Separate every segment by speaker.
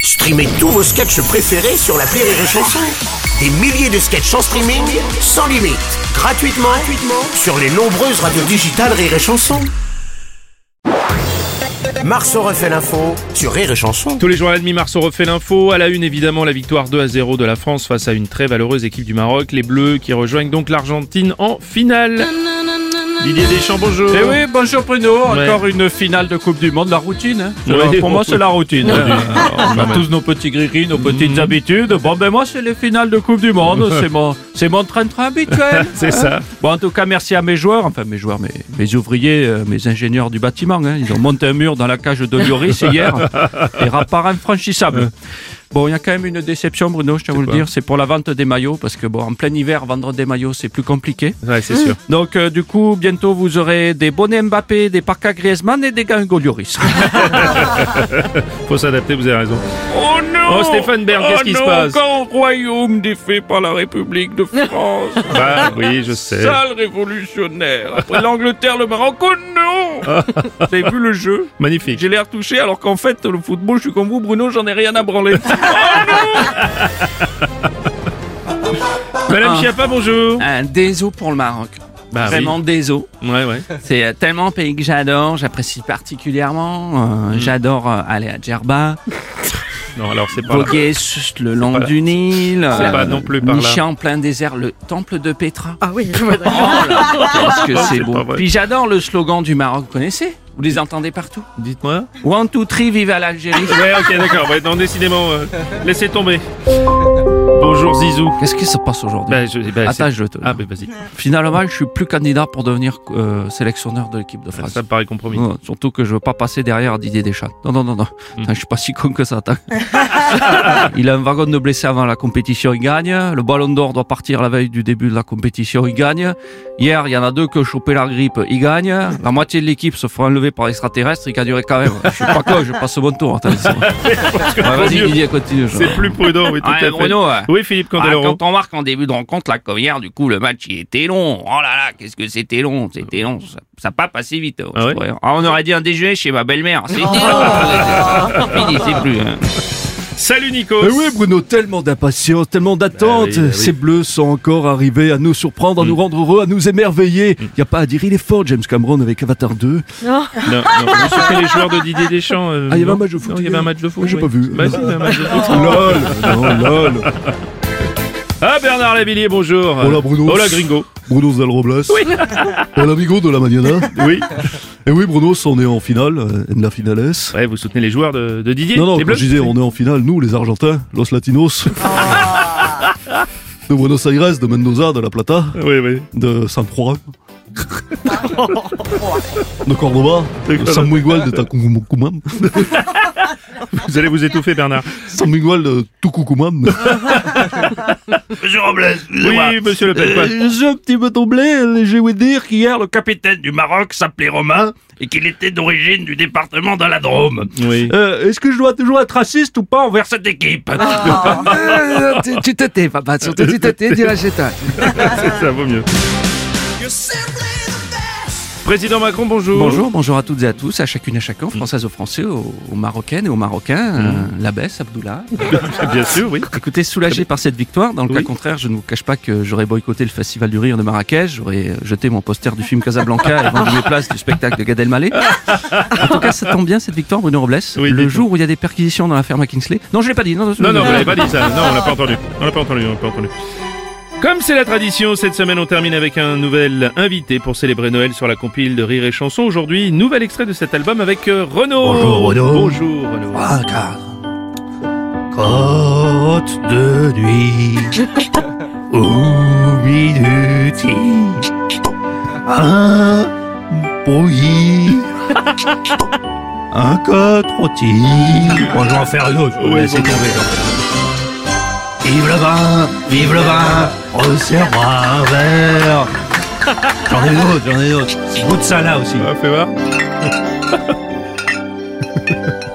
Speaker 1: Streamez tous vos sketchs préférés sur la Rire et Chanson. Des milliers de sketchs en streaming, sans limite, gratuitement, gratuitement sur les nombreuses radios digitales Rire et Chanson. Marceau refait l'info sur Rire et Chanson.
Speaker 2: Tous les jours à la demi-mars, on refait l'info. À la une, évidemment, la victoire 2 à 0 de la France face à une très valeureuse équipe du Maroc. Les Bleus qui rejoignent donc l'Argentine en finale. Didier Deschamps, bonjour.
Speaker 3: Eh oui, bonjour Bruno,
Speaker 2: Ouais.
Speaker 3: encore une finale de Coupe du Monde, la routine. hein.
Speaker 2: Ouais.
Speaker 3: Alors, pour moi, c'est la routine. hein. Mhm. On a
Speaker 2: ouais. Oh, bah,
Speaker 3: tous nos petits gris nos petites habitudes. Bon, ben moi, c'est les finales de Coupe du Monde, c'est mon c'est mon train-train habituel.
Speaker 2: C'est ça.
Speaker 3: Bon, en tout cas, merci à mes joueurs, enfin mes joueurs, mes, mes ouvriers, euh, mes ingénieurs du bâtiment. hein. Ils ont monté un mur dans la cage de Lloris hier, et rapport infranchissable. Bon, il y a quand même une déception, Bruno, je tiens à vous le dire, c'est pour la vente des maillots, parce que bon, en plein hiver, vendre des maillots, c'est plus compliqué.
Speaker 2: Ouais, c'est sûr.
Speaker 3: Donc, euh, du coup, bientôt, vous aurez des bonnets Mbappé, des parkas Griezmann et des gants Lloris.
Speaker 2: Faut s'adapter, vous avez raison.
Speaker 3: Oh non
Speaker 2: Oh, Stéphane Bern, qu'est-ce qui se
Speaker 3: non,
Speaker 2: passe
Speaker 3: Encore royaume défait par la République de France.
Speaker 2: Bah oui, je sais.
Speaker 3: Sale révolutionnaire. Après l'Angleterre, le Maroc, oh non
Speaker 2: Ah.
Speaker 3: Vous avez vu le jeu
Speaker 2: Magnifique.
Speaker 3: J'ai l'air touché alors qu'en fait, le football, je suis comme vous, Bruno, j'en ai rien à branler. Ah.
Speaker 2: Madame Chiappa, bonjour.
Speaker 4: Un déso pour le Maroc.
Speaker 2: Bah oui.
Speaker 4: Vraiment déso.
Speaker 2: Ouais, ouais.
Speaker 4: C'est euh, tellement un pays que j'adore, j'apprécie particulièrement.
Speaker 2: Mm.
Speaker 4: Euh, J'adore euh, aller à Djerba,
Speaker 2: Non, alors c'est pas là.
Speaker 4: voguer s- le long
Speaker 2: là.
Speaker 4: du Nil,
Speaker 2: C'est pas non plus par là.
Speaker 4: nicher en plein désert le temple de Petra.
Speaker 5: Ah oui,
Speaker 4: Parce que c'est
Speaker 2: c'est pas
Speaker 4: beau.
Speaker 2: vrai.
Speaker 4: Puis j'adore le slogan du Maroc, vous connaissez Vous les entendez partout.
Speaker 2: Dites-moi.
Speaker 4: One, two, three, vive à l'Algérie.
Speaker 2: Ouais, ok, d'accord. Ouais, non, décidément, euh, laissez tomber. Bonjour Zizou.
Speaker 4: Qu'est-ce qui se passe aujourd'hui
Speaker 2: Bah, je, bah,
Speaker 4: Attends,
Speaker 2: c'est-
Speaker 4: je te.
Speaker 2: Ah, bah vas-y.
Speaker 4: Finalement, je suis plus candidat pour devenir euh, sélectionneur de l'équipe de France.
Speaker 2: Ben, Ça me paraît compromis.
Speaker 4: Non, surtout que je veux pas passer derrière Didier Deschamps. Non, non, non, non.
Speaker 2: Hmm.
Speaker 4: Putain, Je suis pas si con que ça. attends. il a un wagon de blessés avant la compétition, il gagne. Le ballon d'or doit partir la veille du début de la compétition, il gagne. Hier, il y en a deux qui ont chopé la grippe, il gagne. La moitié de l'équipe se fera enlever par extraterrestre, il a duré quand même. Je suis pas con, je passe mon tour. attends, c'est bon. Ouais, Vas-y,
Speaker 2: mieux.
Speaker 4: Didier, continue. je-
Speaker 2: C'est plus prudent, oui, tout
Speaker 4: Ouais,
Speaker 2: à fait.
Speaker 4: Bruno, ouais.
Speaker 2: Oui, Philippe
Speaker 4: Ah,
Speaker 2: Candeloro.
Speaker 4: quand on marque en début de rencontre, la comme hier, du coup, le match, il était long. Oh là là, qu'est-ce que c'était long, c'était long. Ça n'a pas passé vite. euh,
Speaker 2: Ah
Speaker 4: je
Speaker 2: ouais
Speaker 4: pourrais- Ah, on aurait dit un déjeuner chez ma belle-mère. C'est fini, C'est fini, c'est plus. hein.
Speaker 2: Salut Nico.
Speaker 6: Eh oui, Bruno, tellement d'impatience, tellement d'attente.
Speaker 2: Bah oui, Mm. bah oui.
Speaker 6: Ces bleus sont encore arrivés à nous surprendre, à nous rendre heureux, à nous émerveiller.
Speaker 2: Mm.
Speaker 6: Il a pas à dire, il est fort, James Cameron, avec Avatar 2.
Speaker 2: Non, non, vous surprenez les joueurs de Didier Deschamps. euh,
Speaker 6: Ah, il y avait
Speaker 2: non
Speaker 6: un match de foot
Speaker 2: Non, il y avait
Speaker 6: hier.
Speaker 2: un match de foot.
Speaker 6: Oui, j'ai
Speaker 2: oui.
Speaker 6: pas vu.
Speaker 2: Bah, si, il y avait un match de foot.
Speaker 6: Lol, non, lol.
Speaker 2: Ah, Bernard Lavillier, bonjour.
Speaker 6: Hola, Bruno.
Speaker 2: Hola, gringo.
Speaker 6: Bruno Zal Robles. Oui. amigo de la mañana.
Speaker 2: Oui.
Speaker 6: Et oui, Bruno, on est en finale, euh, en la finales.
Speaker 2: Ouais, vous soutenez les joueurs de, de Didier
Speaker 6: Non, non,
Speaker 2: les
Speaker 6: quand
Speaker 2: Bleus
Speaker 6: je disais, on est en finale, nous, les Argentins, los Latinos.
Speaker 2: Ah.
Speaker 6: De Buenos Aires, de Mendoza, de La Plata,
Speaker 2: Oui, oui.
Speaker 6: de San Juan. de Cordoba, de San Miguel de Tacucumam.
Speaker 2: Vous allez vous étouffer, Bernard.
Speaker 6: San Miguel
Speaker 2: euh,
Speaker 6: de Tucucumam.
Speaker 4: Monsieur Robles, excusez-moi.
Speaker 2: Oui, monsieur Le Pen. quoi.
Speaker 4: Euh, J'ai un petit peu tombé, euh, je vais dire qu'hier, le capitaine du Maroc s'appelait Romain et qu'il était d'origine du département de la Drôme.
Speaker 2: Oui.
Speaker 4: Euh, Est-ce que je dois toujours être raciste ou pas envers cette équipe Oh. Euh, Tu te tais, papa, surtout tu te tais, dis la
Speaker 2: Ça vaut mieux. Président Macron, bonjour.
Speaker 4: Bonjour, bonjour à toutes et à tous, à chacune et à chacun, aux françaises aux français, aux, aux marocaines et aux marocains,
Speaker 2: Mm.
Speaker 4: euh, l'abbesse Abdullah.
Speaker 2: Bien sûr, oui.
Speaker 4: Écoutez, soulagé par cette victoire, dans le cas
Speaker 2: Oui.
Speaker 4: contraire, je ne vous cache pas que j'aurais boycotté le Festival du Rire de Marrakech, j'aurais euh, jeté mon poster du film Casablanca et vendu mes places du spectacle de Gad Elmaleh. En tout cas, ça tombe bien cette victoire, Bruno Robles,
Speaker 2: Oui,
Speaker 4: le
Speaker 2: dites-moi.
Speaker 4: jour où il y a des perquisitions dans la ferme à Kingsley. Non, je l'ai pas dit, non, non,
Speaker 2: Non, non, vous l'avez pas dit ça. Non, on l'a pas entendu. On l'a pas entendu, on l'a pas entendu. Comme c'est la tradition, cette semaine on termine avec un nouvel invité pour célébrer Noël sur la compile de Rire et Chanson. Aujourd'hui, nouvel extrait de cet album avec euh, Renaud.
Speaker 6: Bonjour, Renaud.
Speaker 2: Bonjour Renaud.
Speaker 4: Ah,
Speaker 6: Un cadre. Côte de nuit. Au minuti. Un bouilli. Un coq rôti. Bon, je vais en faire une autre.
Speaker 2: Ouais,
Speaker 6: laissez
Speaker 2: bon.
Speaker 6: tomber. Vive le vin, vive le vin, resserre-moi un verre. J'en ai d'autres, j'en ai d'autres. Goûte ça là aussi.
Speaker 2: Ah, fais voir.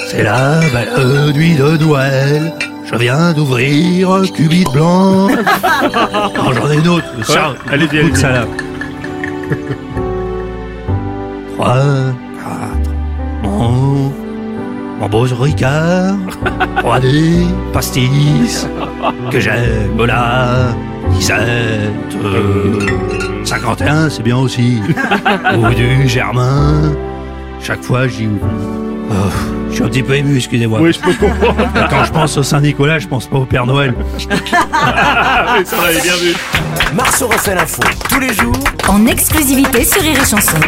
Speaker 6: C'est la belle nuit de Noël. Je viens d'ouvrir un cubit blanc. Oh, j'en ai une autre. Ça,
Speaker 2: Ouais, allez-y,
Speaker 6: goûte
Speaker 2: allez-y.
Speaker 6: ça là. Trois, quatre. Bon, bon, Ambroise Ricard, 3D, pastis, que j'aime la Lisette. 51, c'est bien aussi. Ou du Germain. Chaque fois, j'y. Oh, je suis un petit peu ému, excusez-moi.
Speaker 2: Oui, je peux comprendre.
Speaker 6: Quand je pense au Saint-Nicolas, je pense pas au Père Noël.
Speaker 2: Ah, ça, on l'avait bien vu.
Speaker 1: Marceau refait l'info tous les jours
Speaker 5: En exclusivité sur Rire et Chanson.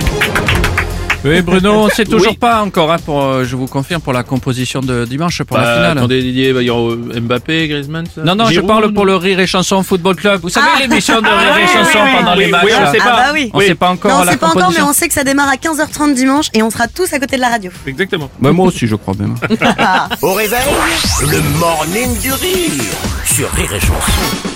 Speaker 4: Oui, Bruno, on sait toujours pas encore, hein, pour, euh, je vous confirme, pour la composition de dimanche, pour la
Speaker 2: Bah,
Speaker 4: finale. hein.
Speaker 2: attendez, Didier, bah, il y aura euh, Mbappé, Griezmann, tout ça
Speaker 4: Non, non, je
Speaker 2: Giroud,
Speaker 4: parle
Speaker 2: non
Speaker 4: pour le Rire et Chanson Football Club. Vous savez l'émission de Rire et Chanson pendant
Speaker 2: oui,
Speaker 4: les
Speaker 2: oui,
Speaker 4: matchs
Speaker 2: oui, on
Speaker 4: là.
Speaker 2: sait
Speaker 7: Ah
Speaker 2: pas.
Speaker 7: bah oui.
Speaker 4: On sait pas encore
Speaker 7: Non, on
Speaker 4: la
Speaker 7: sait pas encore, mais
Speaker 4: composition.
Speaker 7: on sait que ça démarre à 15h30 dimanche et on sera tous à côté de la radio.
Speaker 2: Exactement.
Speaker 4: Bah, moi aussi, je crois même.
Speaker 1: au réveil, le morning du rire sur Rire et Chanson.